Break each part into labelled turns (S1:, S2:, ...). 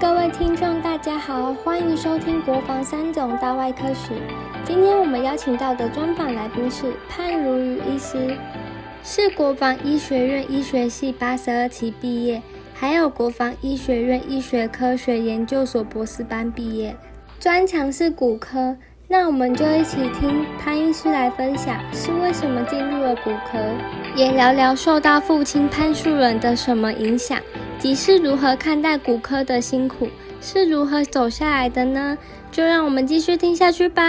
S1: 各位听众，大家好，欢迎收听《国防三种大外科史》。今天我们邀请到的专访来宾是潘如瑜医师，是国防医学院医学系八十二期毕业，还有国防医学院医学科学研究所博士班毕业，专长是骨科。那我们就一起听潘医师来分享是为什么进入了骨科，也聊聊受到父亲潘树人的什么影响。即是如何看待骨科的辛苦，是如何走下来的呢？就让我们继续听下去吧。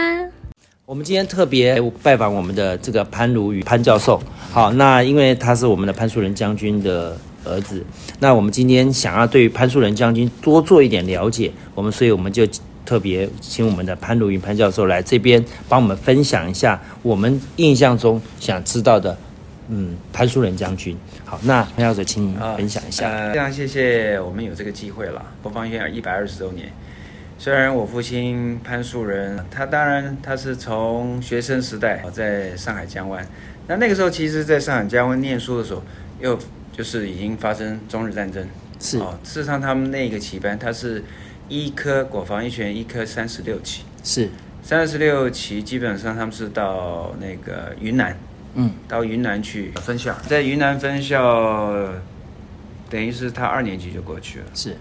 S2: 我们今天特别拜访我们的这个潘如宇潘教授。好，那因为他是我们的潘树人将军的儿子，那我们今天想要对潘树人将军多做一点了解，我们所以我们就特别请我们的潘如云潘教授来这边帮我们分享一下我们印象中想知道的，嗯，潘树人将军。好，那潘教授，请你分享一下。
S3: 呃，非常谢谢我们有这个机会了。国防医院一百二十周年，虽然我父亲潘树人，他当然他是从学生时代哦在上海江湾，那那个时候其实在上海江湾念书的时候，又就是已经发生中日战争，
S2: 是
S3: 哦。事实上，他们那个期班他是医科国防医学院医科三十六期，
S2: 是，
S3: 三十六期基本上他们是到那个云南，
S2: 嗯，
S3: 到云南去分校，在云南分校，等于是他二年级就过去了。
S2: 是，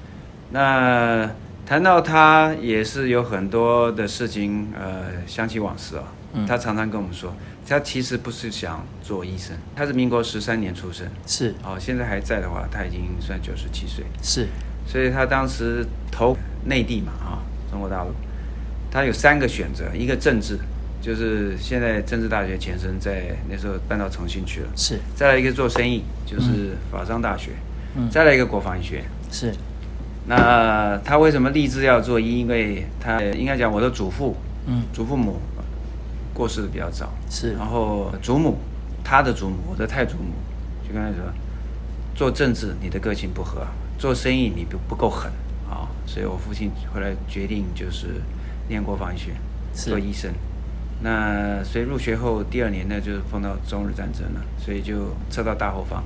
S3: 那谈到他，也是有很多的事情，呃，想起往事啊、
S2: 嗯
S3: 他常常跟我们说，他其实不是想做医生，他是民国十三年出生，
S2: 是，
S3: 哦，现在还在的话，他已经算九十七岁，
S2: 是，
S3: 所以他当时投内地嘛，啊，中国大陆，他有三个选择，一个政治，就是现在政治大学前身在那时候搬到重庆去了，
S2: 是，
S3: 再来一个做生意，就是法商大学，
S2: 嗯
S3: 再来一个国防医学院。
S2: 是，
S3: 那他为什么立志要做医？因为他呃应该讲我的祖父、
S2: 嗯，
S3: 祖父母呃过世的比较早，
S2: 是
S3: 然后祖母，他的祖母，我的太祖母，就跟他说，做政治你的个性不合，做生意你不不够狠啊、所以我父亲后来决定就是念国防医学，
S2: 是
S3: 做医生。那所以入学后第二年呢，就是碰到中日战争了，所以就撤到大后方。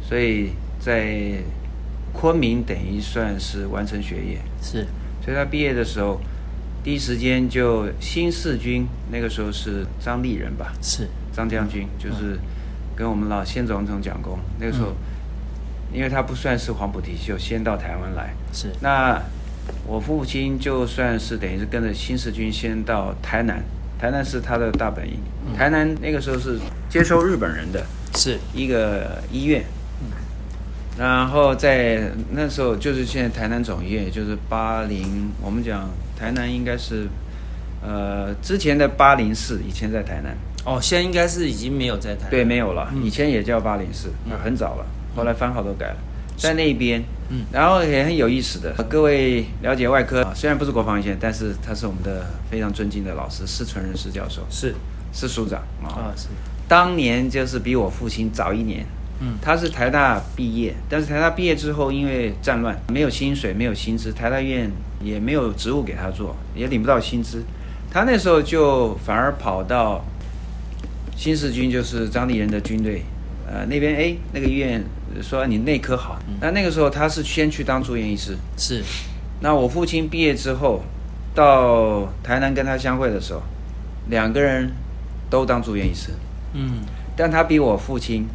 S3: 所以在昆明等于算是完成学业，
S2: 是，
S3: 所以他毕业的时候，第一时间就新四军，那个时候是张立人吧，
S2: 是，
S3: 张将军，就是跟我们老先总统讲过，那个时候，因为他不算是黄埔提秀，先到台湾来，
S2: 是，
S3: 那我父亲就算是等于是跟着新四军先到台南，台南是他的大本营，台南那个时候是接收日本人的，
S2: 是，
S3: 一个医院，然后在那时候就是现在台南总医院，就是八零，我们讲台南应该是，呃，之前的八零四，以前在台南，
S2: 哦，现在应该是已经没有在谈。
S3: 对，没有了，
S2: 嗯
S3: 以前也叫八零四，很早了，后来番号都改了，在那边，
S2: 嗯
S3: 然后也很有意思的，各位了解外科，啊虽然不是国防医学，但是他是我们的非常尊敬的老师施存仁施教授，
S2: 是
S3: 施署长啊
S2: 啊，是
S3: 当年就是比我父亲早一年，
S2: 嗯
S3: 他是台大毕业，但是台大毕业之后因为战乱，没有薪水，没有薪资，台大医院也没有职务给他做，也领不到薪资，他那时候就反而跑到新四军，就是张立人的军队，呃，那边哎那个医院说你内科好，那那个时候他是先去当住院医师，
S2: 是
S3: 那我父亲毕业之后，到台南跟他相会的时候，两个人都当住院医师。
S2: 嗯
S3: 但他比我父亲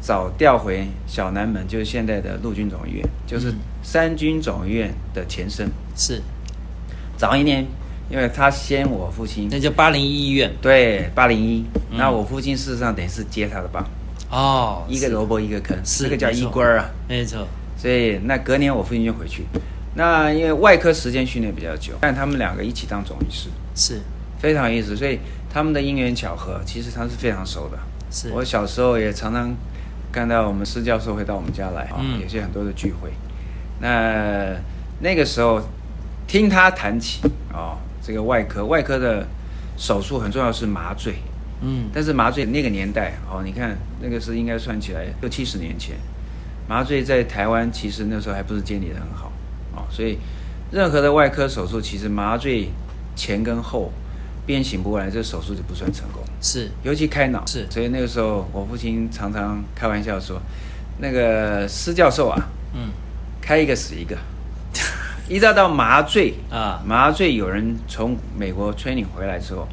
S3: 早调回小南门，就是现在的陆军总医院，就是
S2: 嗯
S3: 三军总医院的前身，
S2: 是，
S3: 早一年，因为他先我父亲，
S2: 那叫八零一医院
S3: 对八零一，
S2: 嗯
S3: 那我父亲事实上等于是接他的棒，
S2: 哦，
S3: 一个萝卜一个坑，
S2: 是
S3: 这个叫
S2: 没
S3: 一
S2: 错
S3: 棍儿啊，
S2: 没错
S3: 所以那隔年我父亲就回去，那因为外科时间训练比较久，但他们两个一起当总医师，
S2: 是
S3: 非常有意思，所以他们的因缘巧合，其实他是非常熟的。
S2: 是
S3: 我小时候也常常看到我们施教授会到我们家来，啊
S2: 嗯
S3: 有些很多的聚会。那那个时候听他谈起哦，这个外科，外科的手术很重要是麻醉，
S2: 嗯
S3: 但是麻醉那个年代哦，你看那个是应该算起来六七十年前，麻醉在台湾其实那时候还不是建立的很好哦，所以任何的外科手术其实麻醉前跟后边醒不过来，这手术就不算成功。
S2: 是
S3: 尤其开脑
S2: 是
S3: 所以那个时候我父亲常常开玩笑说，那个施教授啊，
S2: 嗯
S3: 开一个死一个，一直到麻醉
S2: 啊
S3: 麻醉有人从美国 training 回来之后，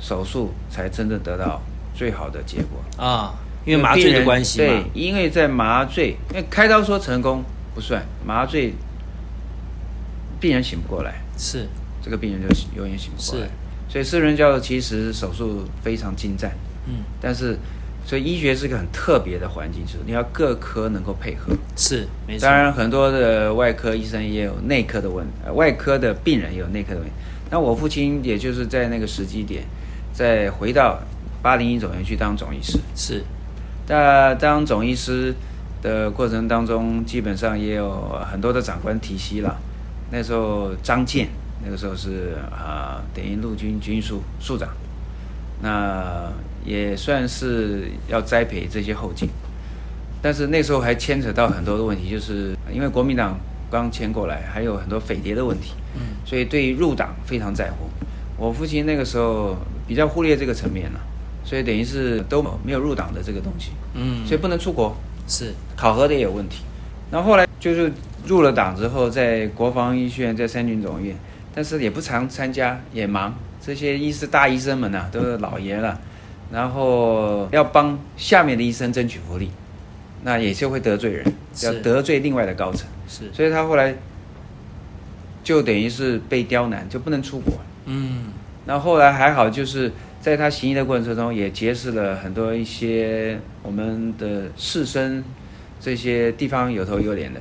S3: 手术才真正得到最好的结果。
S2: 啊，因为麻醉的关系
S3: 病
S2: 嘛
S3: 人，对，因为在麻醉，因为开刀说成功不算，麻醉病人醒不过来，
S2: 是
S3: 这个病人就永远醒不过来
S2: 是。
S3: 所以私人教授其实手术非常精湛，
S2: 嗯
S3: 但是所以医学是个很特别的环境，就是你要各科能够配合。
S2: 是没错
S3: 当，然，很多的外科医生也有内科的问，呃外科的病人也有内科的问题。那我父亲也就是在那个时机点，再回到八零一总院去当总医师。
S2: 是
S3: 那当总医师的过程当中，基本上也有很多的长官提携了。那时候张健，那个时候是啊、等于陆军军署署长，那也算是要栽培这些后进。但是那时候还牵扯到很多的问题，就是因为国民党刚迁过来，还有很多匪谍的问题，所以对入党非常在乎。我父亲那个时候比较忽略这个层面了，所以等于是都没有入党的这个东西，
S2: 嗯
S3: 所以不能出国，
S2: 是
S3: 考核的也有问题。然后后来就是入了党之后，在国防医学院，在三军总医院，但是也不常参加，也忙。这些医师大医生们呐、都是老爷了，然后要帮下面的医生争取福利，那也就会得罪人，
S2: 是
S3: 要得罪另外的高层，
S2: 是
S3: 所以他后来就等于是被刁难，就不能出国。
S2: 嗯
S3: 那后来还好，就是在他行医的过程中，也结识了很多一些我们的士绅，这些地方有头有脸的，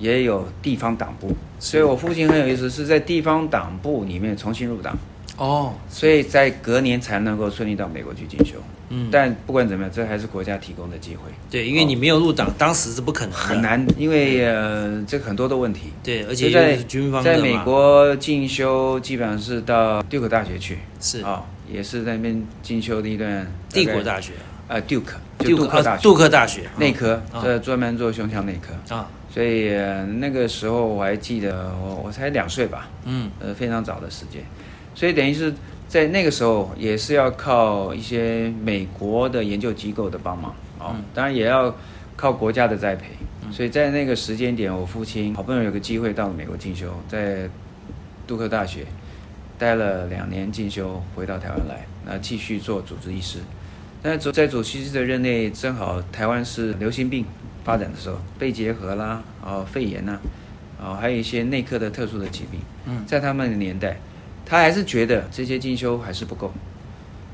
S3: 也有地方党部。所以我父亲很有意思，是在地方党部里面重新入党，
S2: 哦
S3: 所以在隔年才能够顺利到美国去进修。
S2: 嗯
S3: 但不管怎么样，这还是国家提供的机会，
S2: 对，因为你没有入党，当时是不可能的，
S3: 哦很难，因为呃，这很多的问题。
S2: 对，而
S3: 所
S2: 且
S3: 以在
S2: 又是军方的
S3: 在
S2: 嘛
S3: 美国进修，基本上是到帝国大学去。
S2: 是
S3: 啊、也是在那边进修的一段
S2: 帝国
S3: 概
S2: 大学，
S3: 呃 Duke
S2: 杜
S3: 就杜
S2: 克
S3: 克大
S2: 啊
S3: 学
S2: 杜克大学
S3: 内科，
S2: 啊
S3: 这专门做胸腔内科，
S2: 啊
S3: 所以、呃那个时候我还记得我我才两岁吧，
S2: 嗯
S3: 呃非常早的时间，所以等于是在那个时候也是要靠一些美国的研究机构的帮忙哦，当然也要靠国家的栽培。所以在那个时间点，我父亲好不容易有个机会到了美国进修，在杜克大学待了两年进修，回到台湾来，那继续做主治医师。那主在主治医师的任内，正好台湾是流行病发展的时候，肺结核啦，哦，肺炎呐、哦，还有一些内科的特殊的疾病。
S2: 嗯
S3: 在他们的年代，他还是觉得这些进修还是不够，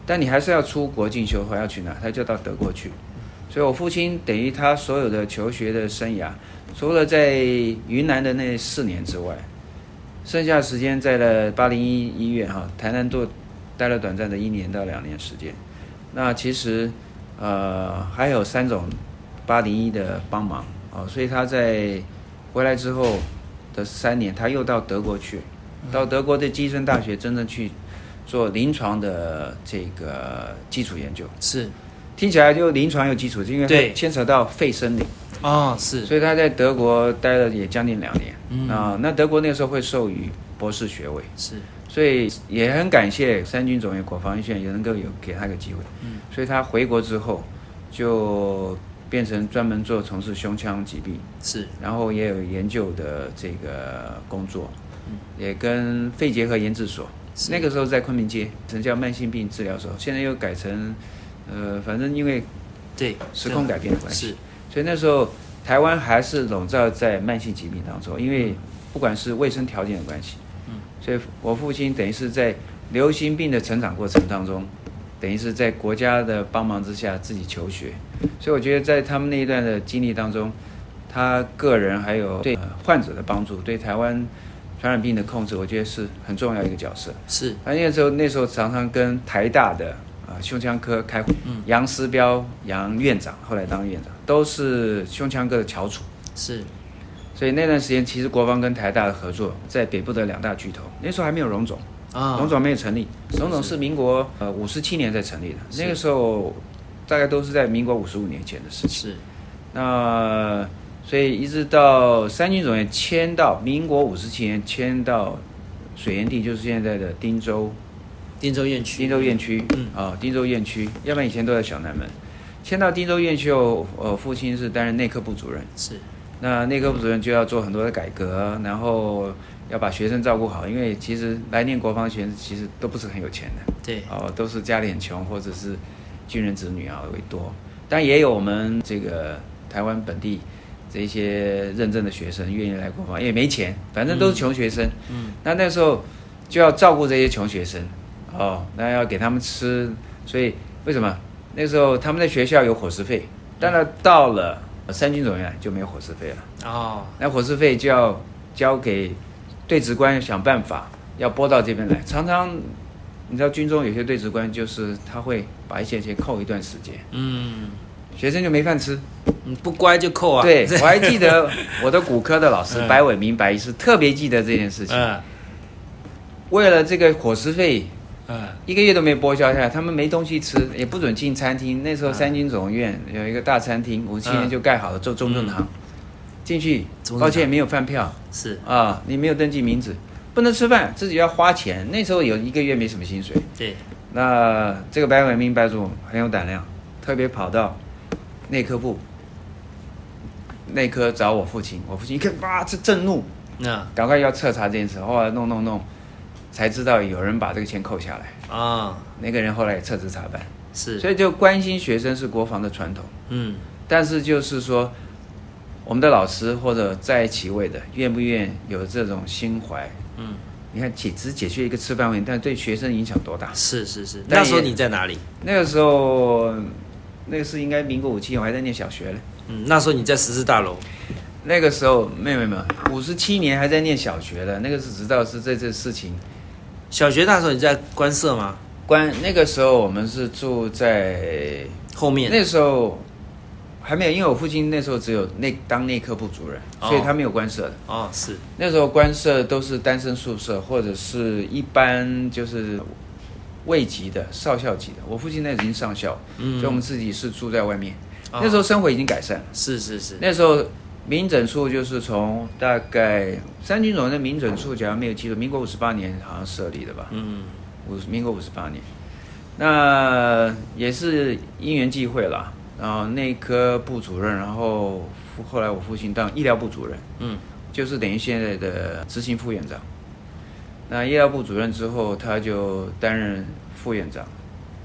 S3: 但你还是要出国进修，还要去哪？他就到德国去。所以我父亲等于他所有的求学的生涯，除了在云南的那四年之外，剩下的时间在了八零一医院哈，台南做待了短暂的一年到两年时间。那其实呃还有三种八零一的帮忙啊、哦，所以他在回来之后的三年，他又到德国去，
S2: 嗯
S3: 到德国的基森大学真正去做临床的这个基础研究。
S2: 是
S3: 听起来就临床有基础，是因为
S2: 对
S3: 它牵扯到肺生理，
S2: 啊是
S3: 所以他在德国待了也将近两年。
S2: 嗯
S3: 啊、那德国那个时候会授予博士学位，
S2: 是
S3: 所以也很感谢三军总院国防医学院也能够有给他一个机会。
S2: 嗯
S3: 所以他回国之后就变成专门做从事胸腔疾病，
S2: 是
S3: 然后也有研究的这个工作
S2: 嗯，
S3: 也跟肺结核研制所，
S2: 是
S3: 那个时候在昆明街，曾叫慢性病治疗所，现在又改成，呃，反正因为
S2: 对
S3: 时空改变的关系，
S2: 是
S3: 所以那时候台湾还是笼罩在慢性疾病当中，因为不管是卫生条件的关系，
S2: 嗯，
S3: 所以我父亲等于是在流行病的成长过程当中，等于是在国家的帮忙之下自己求学，所以我觉得在他们那一段的经历当中，他个人还有对呃患者的帮助，对台湾传染病的控制，我觉得是很重要一个角色。
S2: 是
S3: 啊，那时候那时候常常跟台大的啊、胸腔科开会，
S2: 嗯
S3: 杨思彪杨院长后来当院长，都是胸腔科的翘楚，
S2: 是
S3: 所以那段时间其实国防跟台大的合作，在北部的两大巨头，那时候还没有荣总，
S2: 啊
S3: 荣总没有成立，
S2: 是
S3: 荣总是民国呃五十七年才成立的，
S2: 是
S3: 那个时候大概都是在民国五十五年前的事情。
S2: 是
S3: 那所以一直到三军总院迁到民国五十七年迁到水源地，就是现在的汀州。
S2: 汀州院区
S3: 汀州院区，
S2: 嗯
S3: 啊、汀州院区，要不然以前都在小南门。迁到汀州院区后，呃，父亲是担任内科部主任，
S2: 是
S3: 那内科部主任就要做很多的改革，然后要把学生照顾好，因为其实来念国防学生其实都不是很有钱的，
S2: 对
S3: 哦，都是家里很穷或者是军人子女啊为多，但也有我们这个台湾本地这些认证的学生愿意来国防，也没钱，反正都是穷学生。
S2: 嗯，
S3: 那那时候就要照顾这些穷学生，哦，那要给他们吃，所以为什么那时候他们在学校有伙食费，但是到了三军总院就没有伙食费了，
S2: 哦，
S3: 那伙食费就要交给对职官想办法要拨到这边来，常常。你知道军中有些对职官就是他会把一些钱扣一段时间，
S2: 嗯，
S3: 学生就没饭吃，
S2: 你不乖就扣啊，
S3: 对，我还记得我的骨科的老师白伟明白医师特别记得这件事情。
S2: 嗯
S3: 为了这个伙食费，
S2: 嗯
S3: 一个月都没拨销下来，他们没东西吃，也不准进餐厅。那时
S2: 嗯
S3: 候三军总院有一个大餐厅，五七年就盖好了，做中正堂。进去
S2: 嗯中，正堂
S3: 抱歉没有饭票
S2: 是
S3: 啊，你没有登记名字，不能吃饭，自己要花钱。那时候有一个月没什么薪水，
S2: 对，
S3: 那这个白伟明白主很有胆量，特别跑到内科部内科找我父亲，我父亲一看，哇，这震怒，
S2: 那
S3: 赶快要彻查这件事，后来弄弄弄，才知道有人把这个钱扣下来。
S2: 啊
S3: 那个人后来也撤职查办，
S2: 是，
S3: 所以就关心学生是国防的传统，
S2: 嗯
S3: 但是就是说，我们的老师或者在其位的，愿不愿有这种心怀？
S2: 嗯
S3: 你看解只解决一个吃饭问题，但对学生影响多大？
S2: 是是是，
S3: 但
S2: 那时候
S3: 也
S2: 你在哪里？
S3: 那个时候，那个是应该民国五七年，我还在念小学嘞。
S2: 嗯，那时候你在十字大楼，
S3: 那个时候，妹妹们，五十七年还在念小学的，那个是直到是这这事情
S2: 小学那时候你在官舍吗？
S3: 关。那个时候我们是住在
S2: 后面
S3: 那时候还没有，因为我父亲那时候只有内当内科部主任，
S2: 哦
S3: 所以他没有官舍的。
S2: 哦是，
S3: 那时候官舍都是单身宿舍，或者是一般就是卫级的、少校级的。我父亲那已经上校，所以我们自己是住在外面。
S2: 哦
S3: 那时候生活已经改善了。
S2: 是是是，
S3: 那时候民诊处就是从大概三军总的民诊处，假如没有记错，民国五十八年好像设立的吧？
S2: 嗯
S3: 五民国五十八年，那也是因缘际会啦。然后内科部主任，然后父后来我父亲当医疗部主任，
S2: 嗯
S3: 就是等于现在的执行副院长。那医疗部主任之后，他就担任副院长，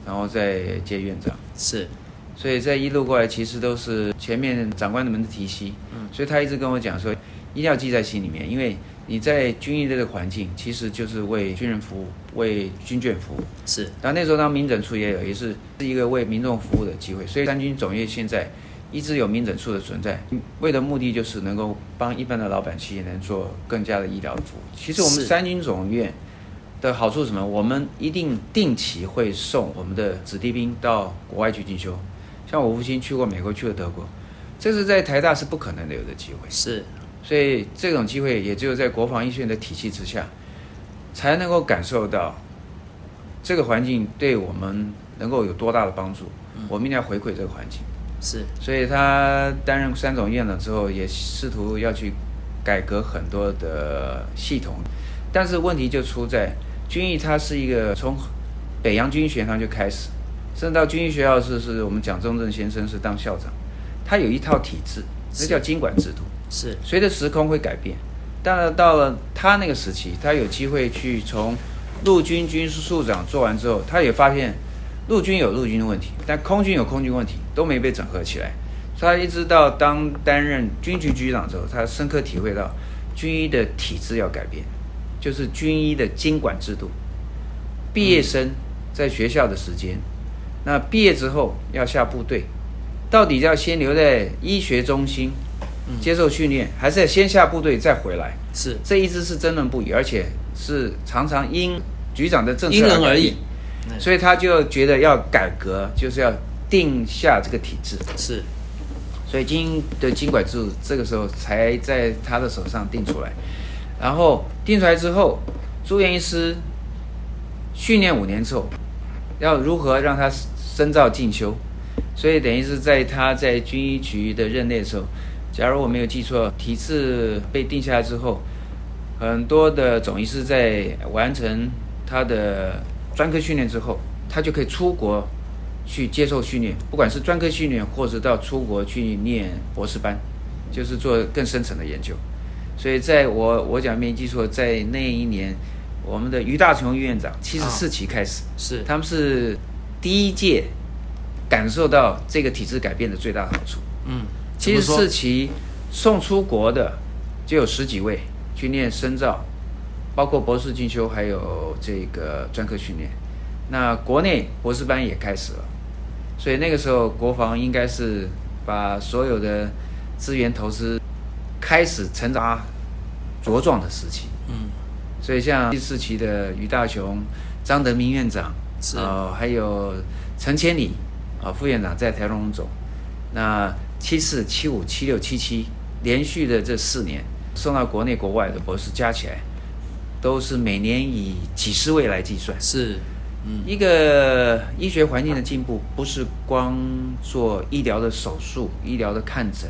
S3: 然后再接院长。
S2: 是，
S3: 所以这一路过来，其实都是前面长官们的提携。嗯，所以他一直跟我讲说，一定要记在心里面，因为你在军医这个环境，其实就是为军人服务，为军眷服务。
S2: 是
S3: 然后那时候当民政处也有，也是是一个为民众服务的机会。所以三军总院现在一直有民政处的存在，为的目的就是能够帮一般的老百姓能做更加的医疗服务。其实我们
S2: 是
S3: 三军总院的好处是什么？我们一定定期会送我们的子弟兵到国外去进修，像我父亲去过美国，去了德国，这是在台大是不可能的有的机会。
S2: 是，
S3: 所以这种机会也只有在国防医学院的体系之下，才能够感受到这个环境对我们能够有多大的帮助。我们一定要回馈这个环境。
S2: 是
S3: 所以他担任三总院长之后，也试图要去改革很多的系统，但是问题就出在军艺，它是一个从北洋军医学堂就开始，甚至到军医学校是是我们蒋中正先生是当校长，他有一套体制，那
S2: 是
S3: 叫经管制度。
S2: 是
S3: 随着时空会改变，当然到了他那个时期，他有机会去从陆军军事处长做完之后，他也发现陆军有陆军的问题，但空军有空军问题，都没被整合起来。所以他一直到当担任军局局长之后，他深刻体会到军医的体制要改变，就是军医的经管制度。毕业生在学校的时间，那毕业之后要下部队，到底要先留在医学中心
S2: 嗯
S3: 接受训练，还是要先下部队再回来？
S2: 是，
S3: 这一直是争论不已，而且是常常因局长的政策
S2: 因人而
S3: 改
S2: 异嗯
S3: 变，所以他就觉得要改革，就是要定下这个体制。
S2: 是
S3: 所以金的金管制度这个时候才在他的手上定出来。然后定出来之后，住院医师训练五年之后，要如何让他深造进修？所以等于是在他在军医局的任内的时候，假如我没有记错，体制被定下来之后，很多的总医师在完成他的专科训练之后，他就可以出国去接受训练，不管是专科训练，或者到出国去念博士班。就是做更深层的研究。所以在我我讲没记错，在那一年，我们的于大雄院长七十四期开始，
S2: 是
S3: 他们是第一届感受到这个体制改变的最大好处。
S2: 嗯，怎
S3: 七
S2: 么
S3: 十
S2: 说
S3: 四期送出国的就有十几位去念深造，包括博士进修，还有这个专科训练。那国内博士班也开始了，所以那个时候国防应该是把所有的资源投资开始成长啊茁壮的时期。
S2: 嗯，
S3: 所以像第四期的于大雄、张德明院长，
S2: 是
S3: 呃，还有陈千里啊、副院长在台中总，那七四、七五、七六、七七连续的这四年送到国内国外的博士加起来，都是每年以几十位来计算。
S2: 是，嗯，
S3: 一个医学环境的进步，不是光做医疗的手术、医疗的看诊，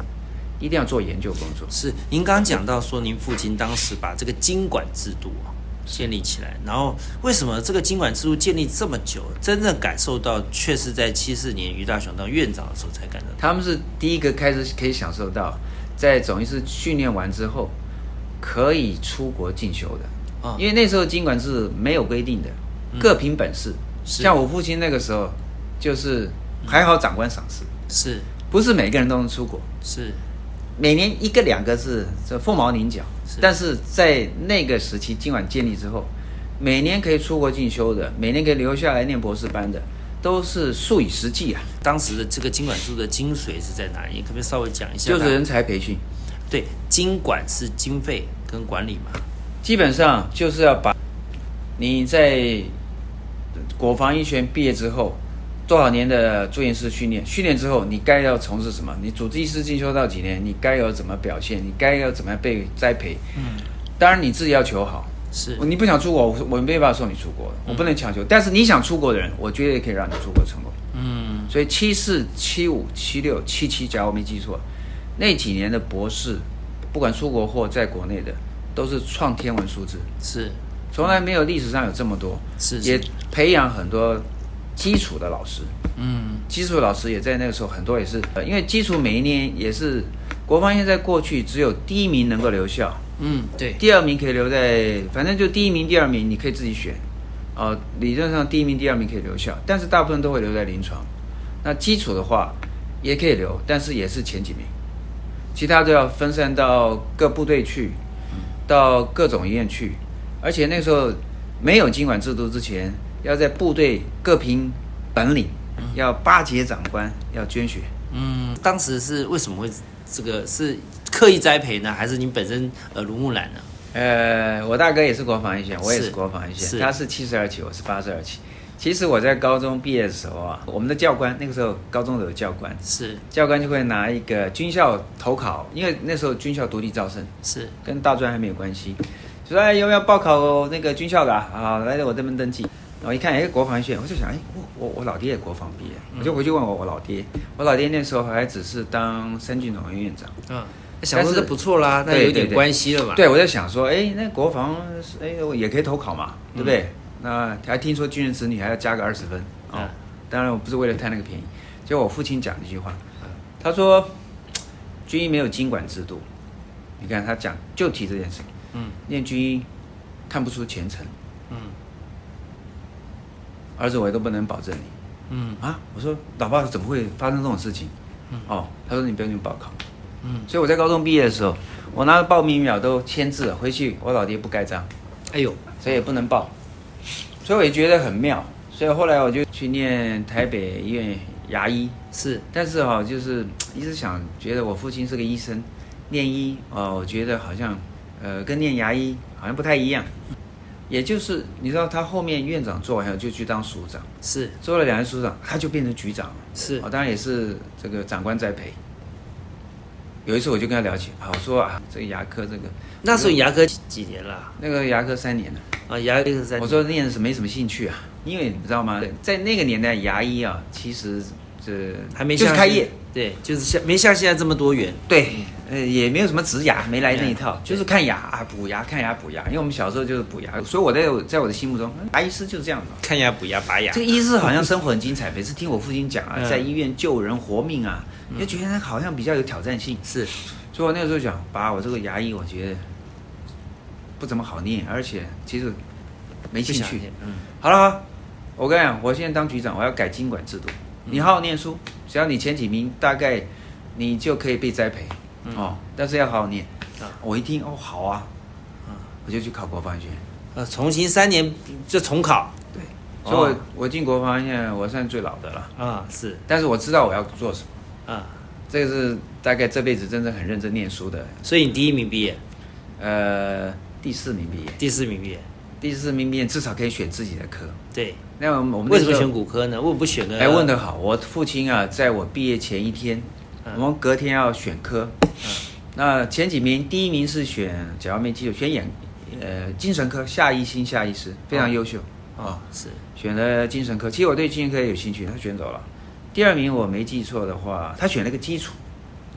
S3: 一定要做研究工作。
S2: 是。您刚刚讲到说，您父亲当时把这个经管制度啊建立起来，然后为什么这个经管制度建立这么久，真正感受到却是在七四年于大雄当院长的时候才感受到？
S3: 他们是第一个开始可以享受到，在总医师训练完之后，可以出国进修的。
S2: 啊嗯
S3: 因为那时候经管是没有规定的，各凭本事。
S2: 是
S3: 像我父亲那个时候，就是还好长官赏识，
S2: 是
S3: 不是每个人都能出国，
S2: 是
S3: 每年一个两个是这凤毛麟角
S2: 是。
S3: 但是在那个时期，经管建立之后，每年可以出国进修的，每年可以留下来念博士班的，都是数以十计啊，
S2: 当时的这个经管制度的精髓是在哪里？可不可以稍微讲一下？
S3: 就是人才培训。
S2: 对经管是经费跟管理嘛，
S3: 基本上就是要把你在国防医学院毕业之后多少年的住院师训练，训练之后你该要从事什么？你主治医师进修到几年？你该要怎么表现？你该要怎么样被栽培？嗯，当然你自己要求好。
S2: 是
S3: 你不想出国，我我没办法送你出国，我不能强求。但是你想出国的人，我绝对可以让你出国成功。
S2: 嗯
S3: 所以七四、七五、七六、七七，假如我没记错，那几年的博士，不管出国或在国内的，都是创天文数字，
S2: 是
S3: 从来没有历史上有这么多，
S2: 是
S3: 也
S2: 是
S3: 培养很多基础的老师。
S2: 嗯
S3: 基础老师也在那个时候很多也是，呃因为基础每一年也是国防现在过去只有第一名能够留校，
S2: 嗯对
S3: 第二名可以留在，反正就第一名、第二名你可以自己选，呃，理论上第一名、第二名可以留校，但是大部分都会留在临床。那基础的话也可以留，但是也是前几名，其他都要分散到各部队去，到各种医院去。而且那时候没有经管制度之前，要在部队各凭本领，要巴结长官，要捐血。
S2: 嗯，当时是为什么会这个是刻意栽培呢，还是你本身耳濡目染呢？
S3: 呃，我大哥也是国防一线，我也
S2: 是
S3: 是国防一线，
S2: 是
S3: 他是七十二期，我是八十二期。其实我在高中毕业的时候啊，我们的教官那个时候高中的有教官，
S2: 是
S3: 教官就会拿一个军校投考，因为那时候军校独立招生，
S2: 是
S3: 跟大专还没有关系，就说哎要不要报考那个军校的啊？啊来我这边登记。我一看，哎，国防学院，我就想，哎，我我我老爹也国防毕业，我就回去问我我老爹，我老爹那时候还只是当三军总院院长。
S2: 嗯，想说
S3: 但是
S2: 这不错啦，那
S3: 对
S2: 有点
S3: 对对
S2: 关系了嘛。
S3: 对，我在想说，哎，那国防，哎，我也可以投考嘛，
S2: 嗯
S3: 对不对？那还听说军人子女还要加个二十分哦。
S2: 嗯
S3: 当然，我不是为了贪那个便宜。结果我父亲讲一句话，
S2: 嗯
S3: 他说，军医没有经管制度。你看他讲就提这件事，
S2: 嗯
S3: 念军医看不出前程，
S2: 嗯
S3: 儿子我都不能保证你
S2: 嗯
S3: 啊。我说老爸怎么会发生这种事情？
S2: 嗯
S3: 哦，他说你不用去报考。
S2: 嗯，
S3: 所以我在高中毕业的时候，我拿着报名表都签字了，回去我老爹不盖章。
S2: 哎呦，
S3: 所以也不能报。所以我也觉得很妙，所以后来我就去念台北医院牙医，
S2: 是
S3: 但是哈、就是一直想觉得我父亲是个医生，念医哦，我觉得好像呃跟念牙医好像不太一样。也就是你知道，他后面院长做完以后就去当署长，
S2: 是
S3: 做了两年署长，他就变成局长了。
S2: 是
S3: 哦，当然也是这个长官栽培。有一次我就跟他聊起，啊，我说啊，这个牙科这个
S2: 那时候牙科几几年啦？
S3: 那个牙科三年了。
S2: 啊，牙科是在
S3: 我说念是没什么兴趣啊，因为你知道吗，在那个年代，牙医啊，其实这
S2: 还没
S3: 就是
S2: 像
S3: 开
S2: 现
S3: 业，，
S2: 对，就是像没像现在这么多元。
S3: 对，呃，也没有什么植牙，没来那一套
S2: 嗯，
S3: 就是看牙啊，补牙，看牙补牙，因为我们小时候就是补牙，所以我在我在我的心目中，嗯牙医师就是这样的。
S2: 看牙补牙拔牙
S3: 这，个医师好像生活很精彩，每次听我父亲讲啊
S2: 嗯，
S3: 嗯在医院救人活命啊，你就觉得他好像比较有挑战性。
S2: 是
S3: 所以我那个时候想，爸，我这个牙医我觉得不怎么好念，而且其实没兴
S2: 想
S3: 趣。
S2: 念嗯，
S3: 好了好，我跟你讲，我现在当局长，我要改经管制度。
S2: 嗯
S3: 你好好念书，只要你前几名，大概你就可以被栽培、
S2: 嗯
S3: 哦。但是要好好念。
S2: 啊
S3: 我一听哦，好啊，
S2: 嗯
S3: 我就去考国防学院。
S2: 呃，重新三年就重考
S3: 对，
S2: 哦
S3: 所以我、我进国防学院，我算最老的了。
S2: 啊，是
S3: 但是我知道我要做什么，
S2: 啊，
S3: 这个是大概这辈子真正很认真念书的。
S2: 所以你第一名毕业，
S3: 呃，第四名毕业，
S2: 第四名毕业，
S3: 第四名毕业至少可以选自己的科。
S2: 对，
S3: 那我们我们
S2: 为什么
S3: 那时候
S2: 选骨科呢？为什么不选个？
S3: 哎，问得好！我父亲啊，在我毕业前一天，
S2: 嗯
S3: 我们隔天要选科。那前几名，第一名是选，假如没记错，选眼，呃，精神科夏医新夏医师，非常优秀，啊
S2: 哦，是
S3: 选了精神科。其实我对精神科也有兴趣，他选走了。第二名我没记错的话，他选了个基础，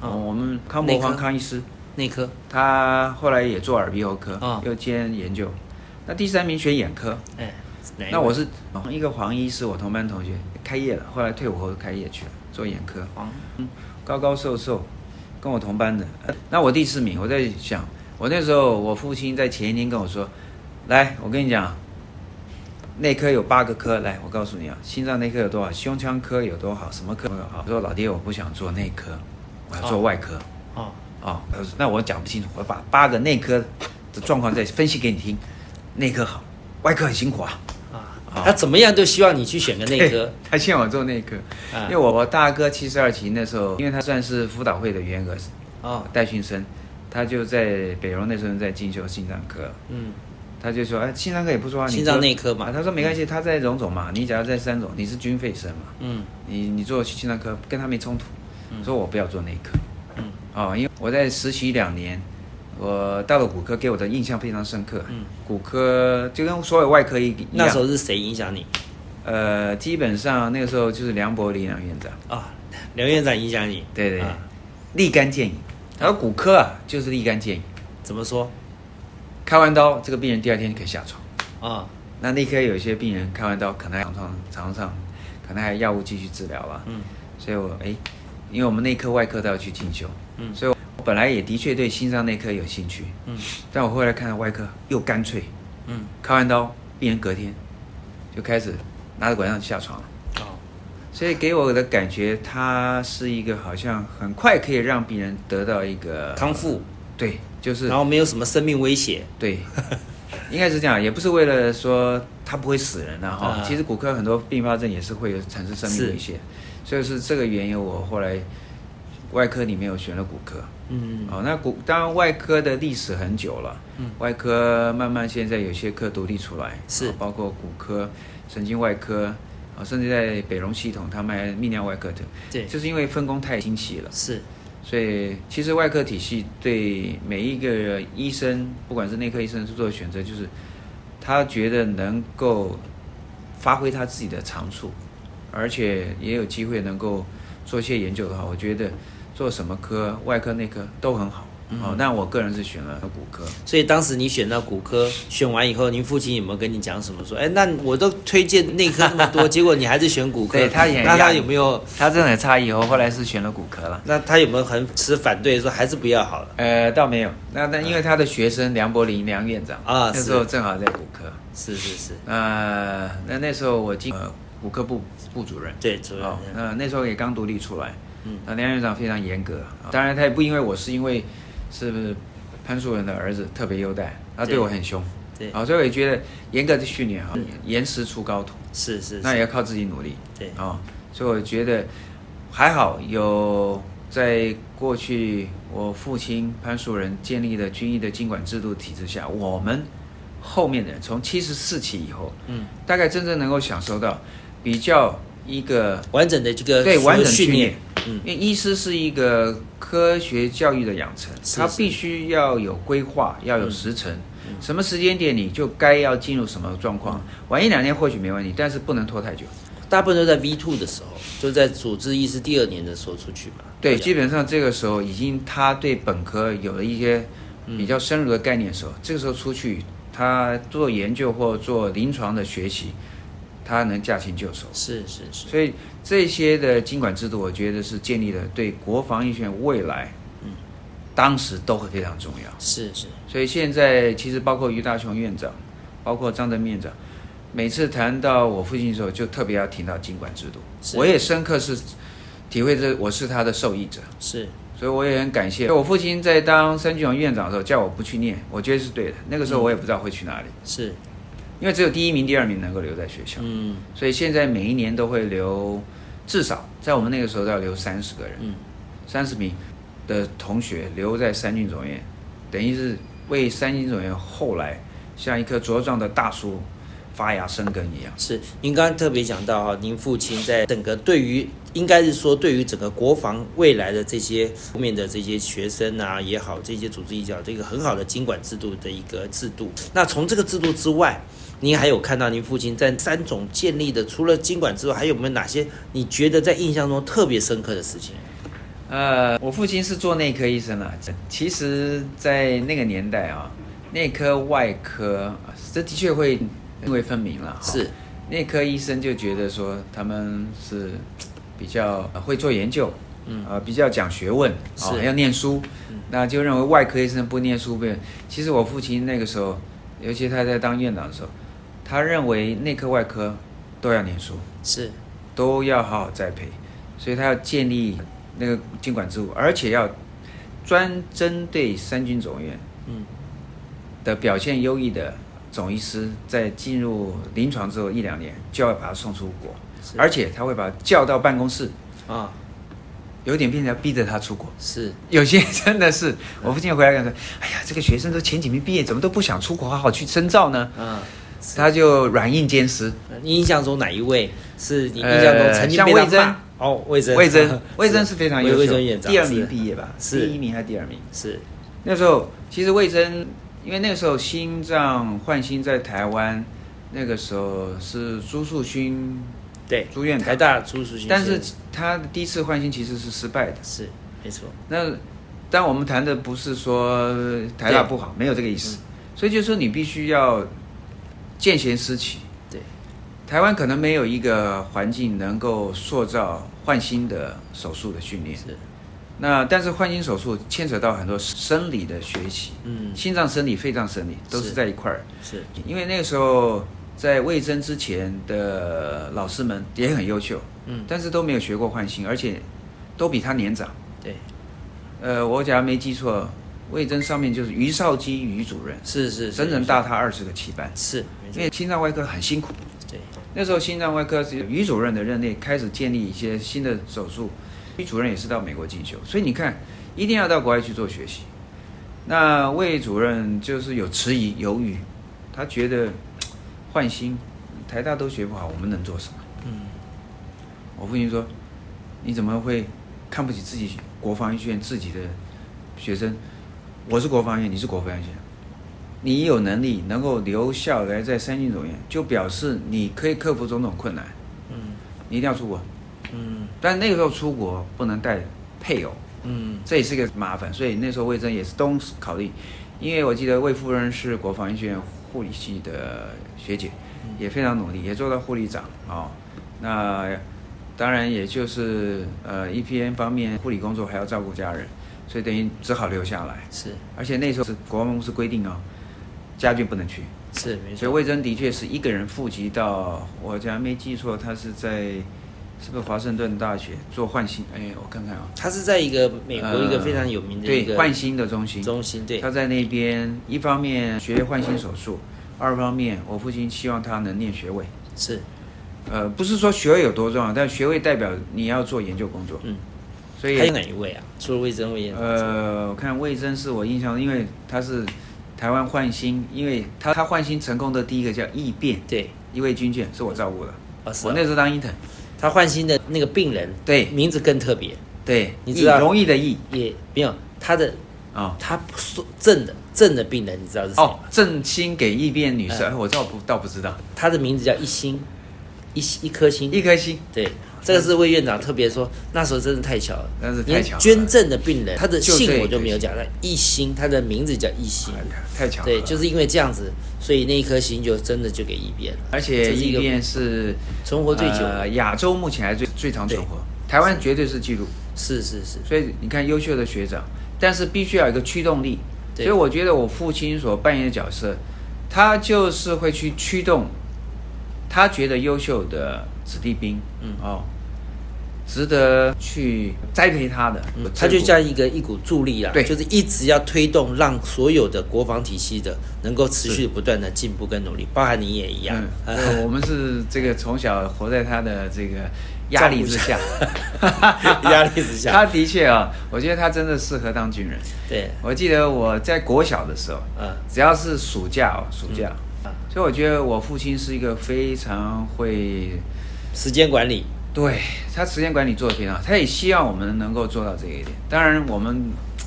S2: 哦
S3: 我们康伯
S2: 内
S3: 黄
S2: 科
S3: 康医师，
S2: 内科
S3: 他后来也做耳鼻喉科，
S2: 哦
S3: 又兼研究。那第三名选眼科，
S2: 哎，哪一位
S3: 那我是哦一个黄医师，我同班同学，开业了，后来退伍后开业去了，做眼科，
S2: 黄
S3: 高高瘦瘦，跟我同班的。呃那我第四名，我在想，我那时候我父亲在前一天跟我说，来，我跟你讲，内科有八个科，来，我告诉你啊，心脏内科有多好，胸腔科有多好，什么科有多好。我说老爹，我不想做内科，我要做
S2: 哦
S3: 外科。
S2: 哦，
S3: 哦，他说那我讲不清楚，我把八个内科的状况再分析给你听，内科好，外科很辛苦啊。
S2: 啊，
S3: 哦
S2: 他怎么样都希望你去选个内科
S3: 对， 他欠我做内科，
S2: 啊
S3: 因为我我大哥七十二期那时候，因为他算是辅导会的员额
S2: 哦，
S3: 代训生，他就在北荣那时候在进修心脏科，
S2: 嗯，
S3: 他就说，哎，心脏科也不错啊，你
S2: 心脏
S3: 做
S2: 内科嘛
S3: 啊他说没关系，他在荣总嘛，你只要在三总，你是军费生嘛，
S2: 嗯
S3: 你你做心脏科跟他没冲突，说我不要做内科，
S2: 嗯，
S3: 哦，因为我在实习两年，我到了骨科给我的印象非常深刻，
S2: 嗯，
S3: 骨科就跟所有外科一一样，
S2: 那时候是谁影响你
S3: 呃，基本上那个时候就是梁伯林梁院长。
S2: 啊？梁院长影响你，
S3: 对对对
S2: 啊
S3: 立竿见影。然后骨科啊，就是立竿见影，
S2: 怎么说
S3: 开完刀，这个病人第二天就可以下床。
S2: 啊？
S3: 那内科有一些病人开完刀，可能还躺床床上，可能还有药物继续治疗啊。
S2: 嗯
S3: 所以我哎，因为我们内科、外科都要去进修，
S2: 嗯
S3: 所以我本来也的确对心脏内科有兴趣，
S2: 嗯
S3: 但我后来看到外科又干脆，
S2: 嗯，
S3: 开完刀，病人隔天就开始拿着拐杖下床了。
S2: 哦，
S3: 所以给我的感觉，他是一个好像很快可以让病人得到一个
S2: 康复，
S3: 对，呃就是
S2: 然后没有什么生命威胁，
S3: 对， 应该是这样，也不是为了说他不会死人了、哈、
S2: 啊
S3: 其实骨科很多并发症也是会有产生生命危险，所以是这个原因，我后来外科里面有选了骨科。
S2: 嗯
S3: 哦，那骨当然外科的历史很久了，
S2: 嗯
S3: 外科慢慢现在有些科独立出来，
S2: 是
S3: 哦包括骨科、神经外科，啊、甚至在北荣系统，他们还泌尿外科的，
S2: 对，
S3: 就是因为分工太精细了。
S2: 是
S3: 所以，其实外科体系对每一个医生，不管是内科医生，是做的选择，就是他觉得能够发挥他自己的长处，而且也有机会能够做一些研究的话，我觉得做什么科，外科、内科都很好。
S2: 嗯
S3: 哦，那我个人是选了骨科。
S2: 所以当时你选到骨科，选完以后，您父亲有没有跟你讲什么？说，哎，那我都推荐内科那么 多，结果你还是选骨科，
S3: 对他也
S2: 那
S3: 压
S2: 他
S3: 力
S2: 有没有？
S3: 哦他真的很诧异，我后来是选了骨科了。
S2: 那他有没有很持反对说还是不要好了？
S3: 呃，倒没有。那那因为他的学生梁柏林梁院长
S2: 啊
S3: 那
S2: 是
S3: 时候正好在骨科。
S2: 是是是，
S3: 呃，那那时候我进呃骨科部部主任，
S2: 对，主任，
S3: 哦，那那时候也刚独立出来，呃
S2: 嗯
S3: 那梁院长非常严格，啊当然他也不因为我是因为是潘树人的儿子特别优待，他对
S2: 对
S3: 我很凶，
S2: 对，
S3: 啊，所以我也觉得严格的训练啊，严师出高徒，
S2: 是是
S3: 那也
S2: 是，
S3: 要靠自己努力，
S2: 对
S3: 啊，所以我觉得还好有在过去我父亲潘树人建立的军医的经管制度体制下，我们后面的人从七十四期以后，
S2: 嗯，
S3: 大概真正能够享受到比较一个
S2: 完整的这个
S3: 对
S2: 所有
S3: 完整
S2: 训
S3: 训
S2: 练
S3: 练，，
S2: 嗯
S3: 因为医师是一个科学教育的养成，
S2: 是
S3: 他
S2: 是嗯
S3: 必须要有规划，要有时程，什么时间点你就该要进入什么状况，
S2: 嗯
S3: 晚一两年或许没问题，但是不能拖太久。
S2: 大部分都在 V two 的时候，就在主治医师第二年的时候出去嘛。
S3: 对，
S2: 这
S3: 基
S2: 样
S3: 本上这个时候已经他对本科有了一些比较深入的概念的时候，这个时候出去他做研究或做临床的学习，他能驾轻就熟。
S2: 是是是，
S3: 所以这些的经管制度，我觉得是建立了对国防医学院未来当时都会非常重要。
S2: 是是，
S3: 所以现在其实包括于大雄院长，包括张登院长，每次谈到我父亲的时候，就特别要提到经管制度。
S2: 是
S3: 我也深刻是体会这，我是他的受益者，
S2: 是
S3: 所以我也很感谢我父亲在当三军总院长的时候叫我不去念，我觉得是对的。那个时候我也不知道会去哪里，
S2: 是，
S3: 因为只有第一名、第二名能够留在学校，
S2: 嗯
S3: 所以现在每一年都会留，至少在我们那个时候都要留三十个人。
S2: 嗯，
S3: 三十名的同学留在三军总院，等于是为三军总院后来像一棵茁壮的大树发芽生根一样。
S2: 是。您刚刚特别讲到哈，您父亲在整个对于，应该是说对于整个国防未来的这些后面的这些学生啊也好，这些组织也好，这个很好的经管制度的一个制度。那从这个制度之外，您还有看到您父亲在三种建立的，除了经管之外，还有没有哪些你觉得在印象中特别深刻的事情？
S3: 呃，我父亲是做内科医生啦，其实，在那个年代啊，内科、外科，啊这的确会泾渭分明了哈。
S2: 是
S3: 内科医生就觉得说他们是比较呃会做研究，嗯，呃，比较讲学问，啊、
S2: 是嗯
S3: 要念书，那就认为外科医生不念书不。其实我父亲那个时候，尤其他在当院长的时候，他认为内科外科都要念书，
S2: 是
S3: 都要好好栽培，所以他要建立那个监管制度，而且要专针对三军总院
S2: 嗯
S3: 的表现优异的总医师，在进入临床之后一两年，就要把他送出国，
S2: 是嗯
S3: 而且他会把他叫到办公室，
S2: 啊
S3: 有点变成逼着他出国。
S2: 是
S3: 有些真的是，我父亲回来跟我说：“哎呀，这个学生都前几名毕业，怎么都不想出国，好好去深造呢
S2: 啊。？”
S3: 他就软硬兼施。
S2: 呃你印象中哪一位是你印象中曾经
S3: 呃
S2: 被他
S3: 像魏征
S2: 骂？哦，魏征，
S3: 魏 征，魏征是非常优
S2: 魏
S3: 秀
S2: 征院，长
S3: 第二名
S2: 是
S3: 毕业吧？
S2: 是
S3: 第一名还是第二名？
S2: 是
S3: 那时候其实魏征，因为那个时候心脏换心在台湾，那个时候是朱树勋
S2: 对
S3: 朱院长
S2: 台大朱淑勋先
S3: 但
S2: 生，
S3: 是他的第一次换心其实是失败的。
S2: 是没错，
S3: 那但我们谈的不是说台大不好，没有这个意
S2: 嗯
S3: 思。所以就是说你必须要见贤思齐。
S2: 对，
S3: 台湾可能没有一个环境能够塑造换心的手术的训练。
S2: 是
S3: 那但是换心手术牵扯到很多生理的学习，
S2: 嗯
S3: 心脏生理、肺脏生理都是
S2: 是
S3: 在一块儿。
S2: 是
S3: 因为那个时候在魏征之前的老师们也很优秀，
S2: 嗯
S3: 但是都没有学过换心，而且都比他年长。
S2: 对
S3: 呃，我假如没记错，魏征上面就是于少基于主任，
S2: 是是
S3: 整整大他二十个期班。
S2: 是没
S3: 因
S2: 错
S3: 为心脏外科很辛苦，
S2: 对
S3: 那时候心脏外科是于主任的任内开始建立一些新的手术，于主任也是到美国进修，所以你看，一定要到国外去做学习。那魏主任就是有迟疑犹豫，他觉得嘖换心，台大都学不好，我们能做什么？
S2: 嗯
S3: 我父亲说：“你怎么会看不起自己国防医学院自己的学生？我是国防医院，你是国防医学院，你有能力能够留校来在三军总院，就表示你可以克服种种困难。
S2: 嗯
S3: 你一定要出国，
S2: 嗯
S3: 但那个时候出国不能带配偶，
S2: 嗯
S3: 这也是一个麻烦。所以那时候魏征也是东考虑，因为我记得魏夫人是国防医学院护理系的学姐，
S2: 嗯
S3: 也非常努力，也做到护理长哦。那当然也就是呃 EPN 方面护理工作还要照顾家人，所以等于只好留下来。
S2: 是
S3: 而且那时候是国防部是规定哦，家眷不能去，
S2: 是没
S3: 所以
S2: 错
S3: 魏征的确是一个人负极到，我假如没记错，他是在是不是华盛顿大学做换心？哎，我看看啊、
S2: 他是在一个美国一个非常有名的一
S3: 呃对
S2: 个
S3: 换心的中心，
S2: 中心对
S3: 他在那边一方面学换心手术，二方面我父亲希望他能念学位。
S2: 是
S3: 呃，不是说学位有多重要，但学位代表你要做研究工作，
S2: 嗯
S3: 所
S2: 还有
S3: 以
S2: 哪一位啊？除了魏征魏院长之外
S3: 呃，我看魏征是我印象，因为他是台湾换心，因为他他换心成功的第一个叫异变，
S2: 对
S3: 一位军眷是我照顾的，
S2: 哦是
S3: 我
S2: 哦
S3: 那时候当医 n
S2: 他换新的那个病人
S3: 对
S2: 名字更特别
S3: 对，
S2: 你
S3: 易
S2: 知道
S3: 容易的易
S2: 也没有他的
S3: 啊。
S2: 他不是正的正的病人，你知道是谁？
S3: 哦，振兴给异变女士，
S2: 嗯
S3: 哎我倒不倒不知道，
S2: 他的名字叫一星，一星一颗星。
S3: 一颗星，
S2: 对，这个是魏院长特别说，那时候真的太巧了，
S3: 那是太
S2: 连
S3: 巧了
S2: 捐赠的病人，他的
S3: 就这
S2: 姓
S3: 一
S2: 我就
S3: 颗
S2: 没有讲，那一星，他的名字叫一星
S3: 哎。呀，太巧了，
S2: 对，就是因为这样子，所以那一颗星就真的就给异变了，
S3: 而且
S2: 这是一
S3: 异
S2: 个
S3: 变是
S2: 存活最久的
S3: 呃，亚洲目前还最最长存活，台湾绝对是记录。
S2: 是是是，
S3: 所以你看，优秀的学长，但是必须要有一个驱动力。所
S2: 对
S3: 以我觉得我父亲所扮演的角色，他就是会去驱动他觉得优秀的子弟兵，嗯哦，值得去栽培他的。
S2: 它嗯就像一个一股助力啦，
S3: 对
S2: 就是一直要推动，让所有的国防体系的能够持续不断的进步跟努力，包含你也一样。呃
S3: 嗯，对我们是这个从小活在他的这个压力之下，
S2: 压力之下
S3: 他的确啊，我觉得他真的适合当军人。
S2: 对，
S3: 我记得我在国小的时候，
S2: 嗯
S3: 只要是暑假哦，暑假，所以我觉得我父亲是一个非常会，
S2: 时间管理，
S3: 对他时间管理做得非常好，他也希望我们能够做到这一点。当然，我们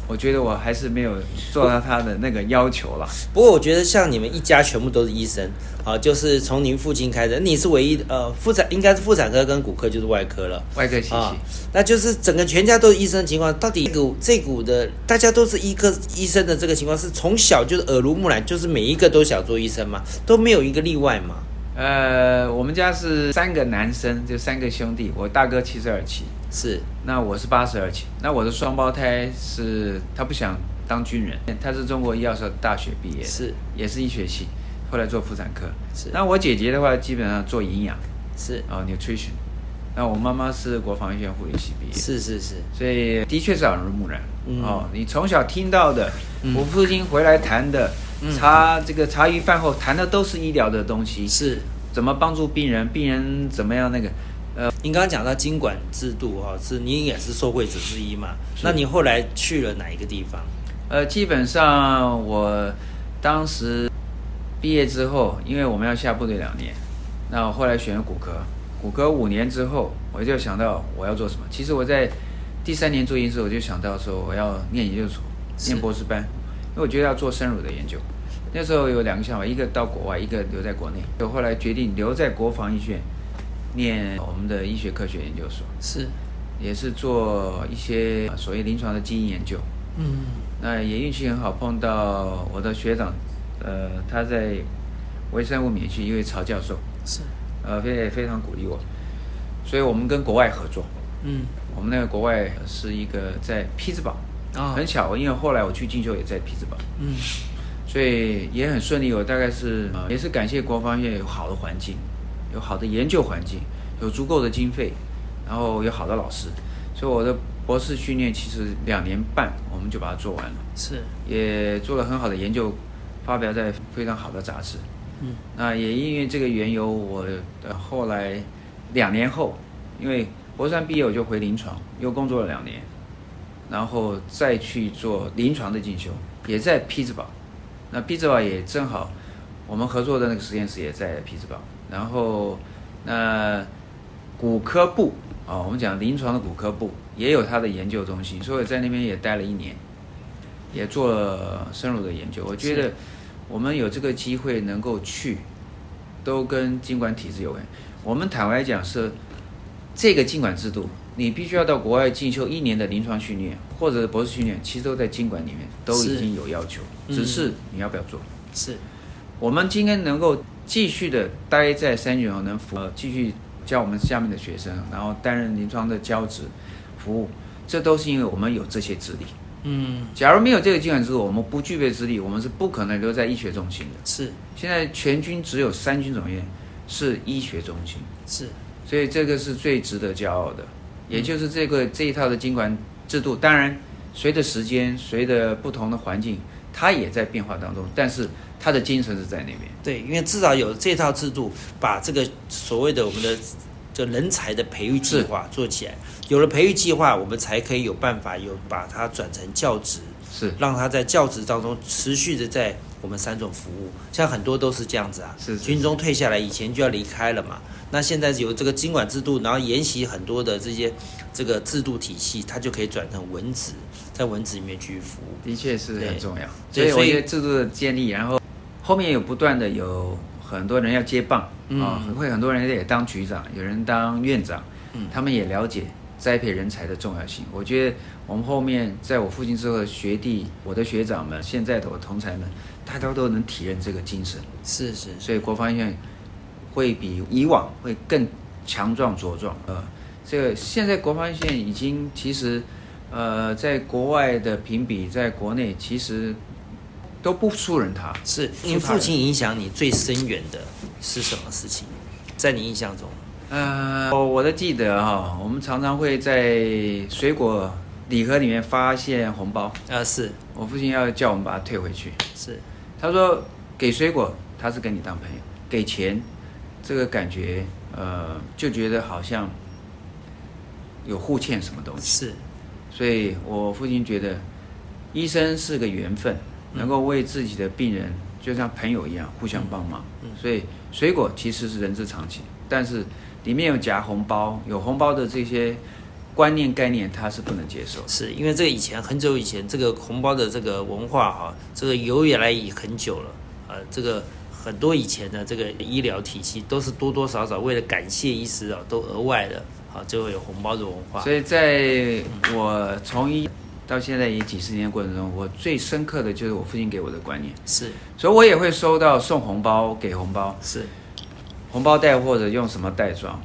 S3: 我觉得我还是没有做到他的那个要求了。
S2: 不过我觉得像你们一家全部都是医生，啊，就是从您父亲开始，你是唯一呃妇产应该是妇产科跟骨科就是外科了。
S3: 外科体系，
S2: 啊，那就是整个全家都是医生的情况，到底这股这股的大家都是医科医生的这个情况，是从小就是耳濡目染，就是每一个都想做医生嘛，都没有一个例外嘛。
S3: 呃，我们家是三个男生，就三个兄弟，我大哥七十二期，
S2: 是，
S3: 那我是八十二期，那我的双胞胎是他不想当军人，他是中国医药大学毕业的，
S2: 是
S3: 也是医学系，后来做妇产科。
S2: 是
S3: 那我姐姐的话，基本上做营养
S2: 是
S3: 啊、nutrition。那我妈妈是国防医学院护理系毕业，
S2: 是是是，
S3: 所以的确是耳濡目染、
S2: 嗯
S3: 哦。你从小听到的，我父亲回来谈的，
S2: 嗯
S3: 茶这个茶余饭后谈的都是医疗的东西，
S2: 是。
S3: 怎么帮助病人，病人怎么样那个，
S2: 您刚刚讲到经管制度哈、是您也是受惠者之一嘛？
S3: 是
S2: 那你后来去了哪一个地方？
S3: 呃，基本上我当时毕业之后，因为我们要下部队两年，那我后来选了骨科，骨科五年之后，我就想到我要做什么。其实我在第三年做研究，我就想到说我要念研究所，
S2: 是
S3: 念博士班，因为我觉得要做深入的研究。那时候有两个想法，一个到国外，一个留在国内。我后来决定留在国防医学院念我们的医学科学研究所，
S2: 是，
S3: 也是做一些呃所谓临床的基因研究。
S2: 嗯，
S3: 那也运气很好，碰到我的学长，呃，他在微生物免疫系一位曹教授，
S2: 是，
S3: 呃，非非常鼓励我，所以我们跟国外合作。
S2: 嗯，
S3: 我们那个国外呃是一个在匹兹堡，
S2: 啊
S3: 很巧，因为后来我去进修也在匹兹堡，
S2: 嗯，
S3: 所以也很顺利。我大概是、呃、也是感谢国防院有好的环境，有好的研究环境，有足够的经费，然后有好的老师，所以我的博士训练其实两年半我们就把它做完了。
S2: 是，
S3: 也做了很好的研究，发表在非常好的杂志。
S2: 嗯，
S3: 那也因为这个缘由，我呃后来两年后，因为博士班毕业我就回临床，又工作了两年，然后再去做临床的进修，也在匹兹堡。那匹兹堡也正好，我们合作的那个实验室也在匹兹堡。然后，那骨科部啊、哦我们讲临床的骨科部也有它的研究中心，所以我在那边也待了一年。也做了深入的研究。我觉得我们有这个机会能够去，都跟经管体制有关。我们坦白讲是这个经管制度，你必须要到国外进修一年的临床训练或者博士训练，其实都在经管里面都已
S2: 是
S3: 经有要求，
S2: 嗯
S3: 只是你要不要做。
S2: 是，
S3: 我们今天能够继续的待在三九能服务，呃继续教我们下面的学生，然后担任临床的教职服务，这都是因为我们有这些资历。
S2: 嗯，
S3: 假如没有这个经管制度，我们不具备资历，我们是不可能留在医学中心的。
S2: 是，
S3: 现在全军只有三军总医院是医学中心，
S2: 是，
S3: 所以这个是最值得骄傲的。也就是这个这一套的经管制度，当然随着时间，随着不同的环境，它也在变化当中，但是它的精神是在那边。
S2: 对，因为至少有这套制度，把这个所谓的我们的这人才的培育计划做起来。有了培育计划，我们才可以有办法有把它转成教职，
S3: 是
S2: 让它在教职当中持续的在我们三种服务。像很多都是这样子啊，
S3: 是是
S2: 军中退下来以前就要离开了嘛。那现在有这个经管制度，然后沿袭很多的这些这个制度体系，它就可以转成文职，在文职里面去服务。
S3: 的确是很重要。所
S2: 对
S3: 以我
S2: 所以
S3: 觉得制度的建立，然后后面有不断的有很多人要接棒啊、
S2: 嗯
S3: 会很多人也当局长，有人当院长，
S2: 嗯
S3: 他们也了解栽培人才的重要性。我觉得我们后面在我父亲之后的学弟、我的学长们、现在的我同才们，大家都能体认这个精神，
S2: 是是是，
S3: 所以国防医院会比以往会更强壮茁壮。呃，这个现在国防医院已经其实呃，在国外的评比，在国内其实都不输人他。
S2: 是因父亲影响你最深远的是什么事情？在你印象中，
S3: 呃，我我都记得哈、我们常常会在水果礼盒里面发现红包，
S2: 呃，是
S3: 我父亲要叫我们把它退回去。
S2: 是
S3: 他说给水果，他是跟你当朋友；给钱，这个感觉呃就觉得好像有互欠什么东西。
S2: 是，
S3: 所以我父亲觉得，医生是个缘分，能够为自己的病人就像朋友一样互相帮忙。所以水果其实是人之常情，但是里面有夹红包，有红包的这些观念概念，他是不能接受的。
S2: 是因为这个以前很久以前这个红包的这个文化哈、这个由也来已很久了，呃，这个很多以前的这个医疗体系都是多多少少为了感谢医师啊，都额外的啊就会有红包的文化
S3: 所。以在我从医到现在也几十年的过程中，我最深刻的就是我父亲给我的观念，
S2: 是
S3: 所以我也会收到送红包、给红包，
S2: 是
S3: 红包袋或者用什么袋装。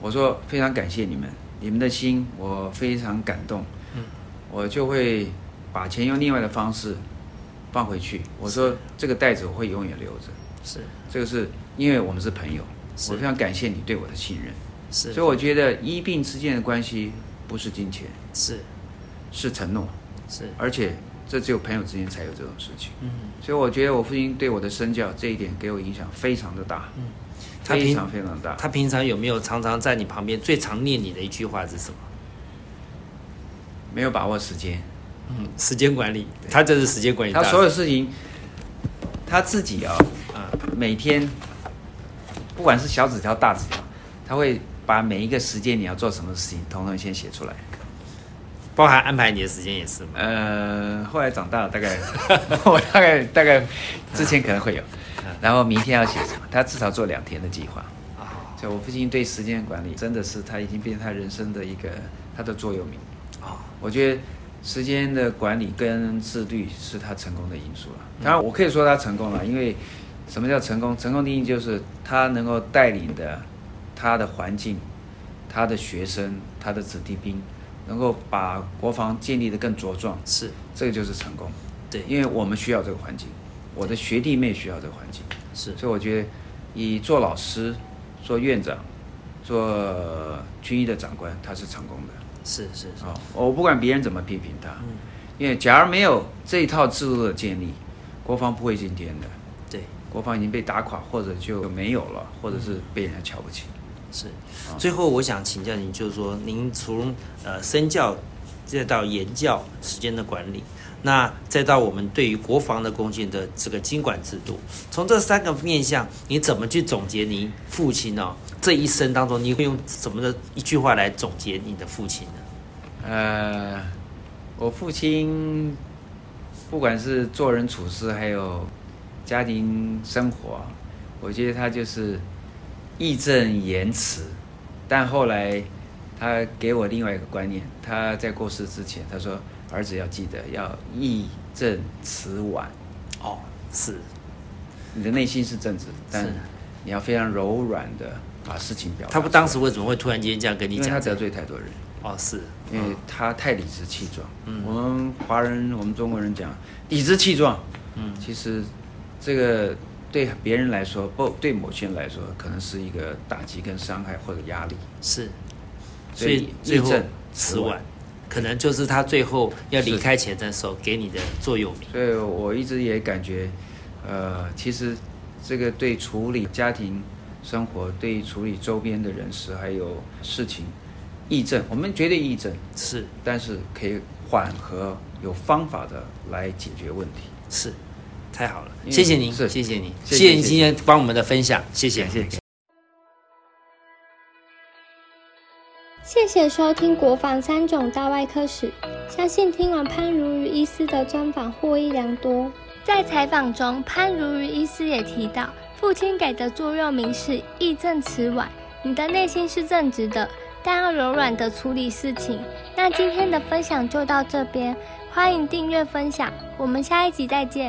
S3: 我说非常感谢你们，你们的心我非常感动。
S2: 嗯
S3: 我就会把钱用另外的方式放回去。我说这个袋子我会永远留着，
S2: 是
S3: 这个是因为我们是朋友，
S2: 是
S3: 我非常感谢你对我的信任。
S2: 是
S3: 所以我觉得医病之间的关系不是金钱，
S2: 是
S3: 是承诺，
S2: 是，
S3: 而且这只有朋友之间才有这种事情。
S2: 嗯，
S3: 所以我觉得我父亲对我的身教这一点给我影响非常的大，
S2: 他
S3: 非
S2: 平
S3: 常非常大。
S2: 嗯他平常有没有常常在你旁边最常念你的一句话是什么？
S3: 没有把握时间，
S2: 嗯，时间管理，他就是时间管理大
S3: 他
S2: 师。
S3: 所有事情他自己啊、
S2: 啊
S3: 每天不管是小纸条大纸条，他会把每一个时间你要做什么事情，统统先写出来。
S2: 包含安排你的时间也是嘛。
S3: 呃，后来长大了，大 概我大概大概之前可能会有，然后明天要写什么，他至少做两天的计划。
S2: 啊、
S3: 所以我父亲对时间管理真的是他已经变成他人生的一个他的座右铭。
S2: 哦，
S3: 我觉得时间的管理跟自律是他成功的因素了。
S2: 嗯
S3: 当然，我可以说他成功了，因为什么叫成功？成功定义就是他能够带领的他的环境、他的学生、他的子弟兵，能够把国防建立得更茁壮，
S2: 是
S3: 这个就是成功。
S2: 对，
S3: 因为我们需要这个环境，我的学弟妹需要这个环境，
S2: 是
S3: 所以我觉得以做老师、做院长、做军医的长官，他是成功的。
S2: 是是是，嗯
S3: 啊、我不管别人怎么批评他，因为假如没有这一套制度的建立，国防不会今天的，
S2: 对，
S3: 国防已经被打垮，或者就没有了，或者是
S2: 嗯
S3: 被人家瞧不起。
S2: 是。
S3: 啊
S2: 最后我想请教您，就是说您从呃身教，再到言教时间的管理，那再到我们对于国防的贡献的这个经管制度，从这三个面向，你怎么去总结您父亲呢、这一生当中，你会用什么的一句话来总结你的父亲呢？
S3: 呃，我父亲不管是做人处事，还有家庭生活，我觉得他就是义正言辞。但后来他给我另外一个观念，他在过世之前，他说儿子要记得要义正辞婉，
S2: 哦，是
S3: 你的内心是正直，但
S2: 是
S3: 你要非常柔软的把事情表达出
S2: 他
S3: 来。
S2: 不当时为什么会突然间这样跟你
S3: 因为他
S2: 讲？
S3: 得罪嗯太多人。
S2: 哦，是，
S3: 因为他太理直气壮。我们华人，我们中国人讲理直气壮。嗯，其实这个对别人来说，不对某些人来说，可能是一个打击跟伤害或者压力。
S2: 是，
S3: 所
S2: 所
S3: 以
S2: 以最后
S3: 义正辞
S2: 辞
S3: 婉
S2: 婉，可能就是他最后要离开前的时候给你的座右铭。
S3: 所以我一直也感觉，呃，其实这个对处理家庭生活、对处理周边的人事还有事情，议政，我们绝对议政，
S2: 是
S3: 但是可以缓和、有方法的来解决问题。
S2: 是，太好了，
S3: 嗯
S2: 谢谢您，
S3: 是
S2: 谢谢您，
S3: 谢
S2: 谢
S3: 谢
S2: 谢
S3: 谢
S2: 您
S3: 谢
S2: 今天帮我们的分享，谢谢，
S3: 谢谢。
S1: 谢谢收听《国防三种大外科史》，相信听完潘如瑜医师的专访获益良多。在采访中，潘如瑜医师也提到，父亲给的座右铭是“义正辞婉”，你的内心是正直的，但要柔软的处理事情。那今天的分享就到这边，欢迎订阅分享，我们下一集再见。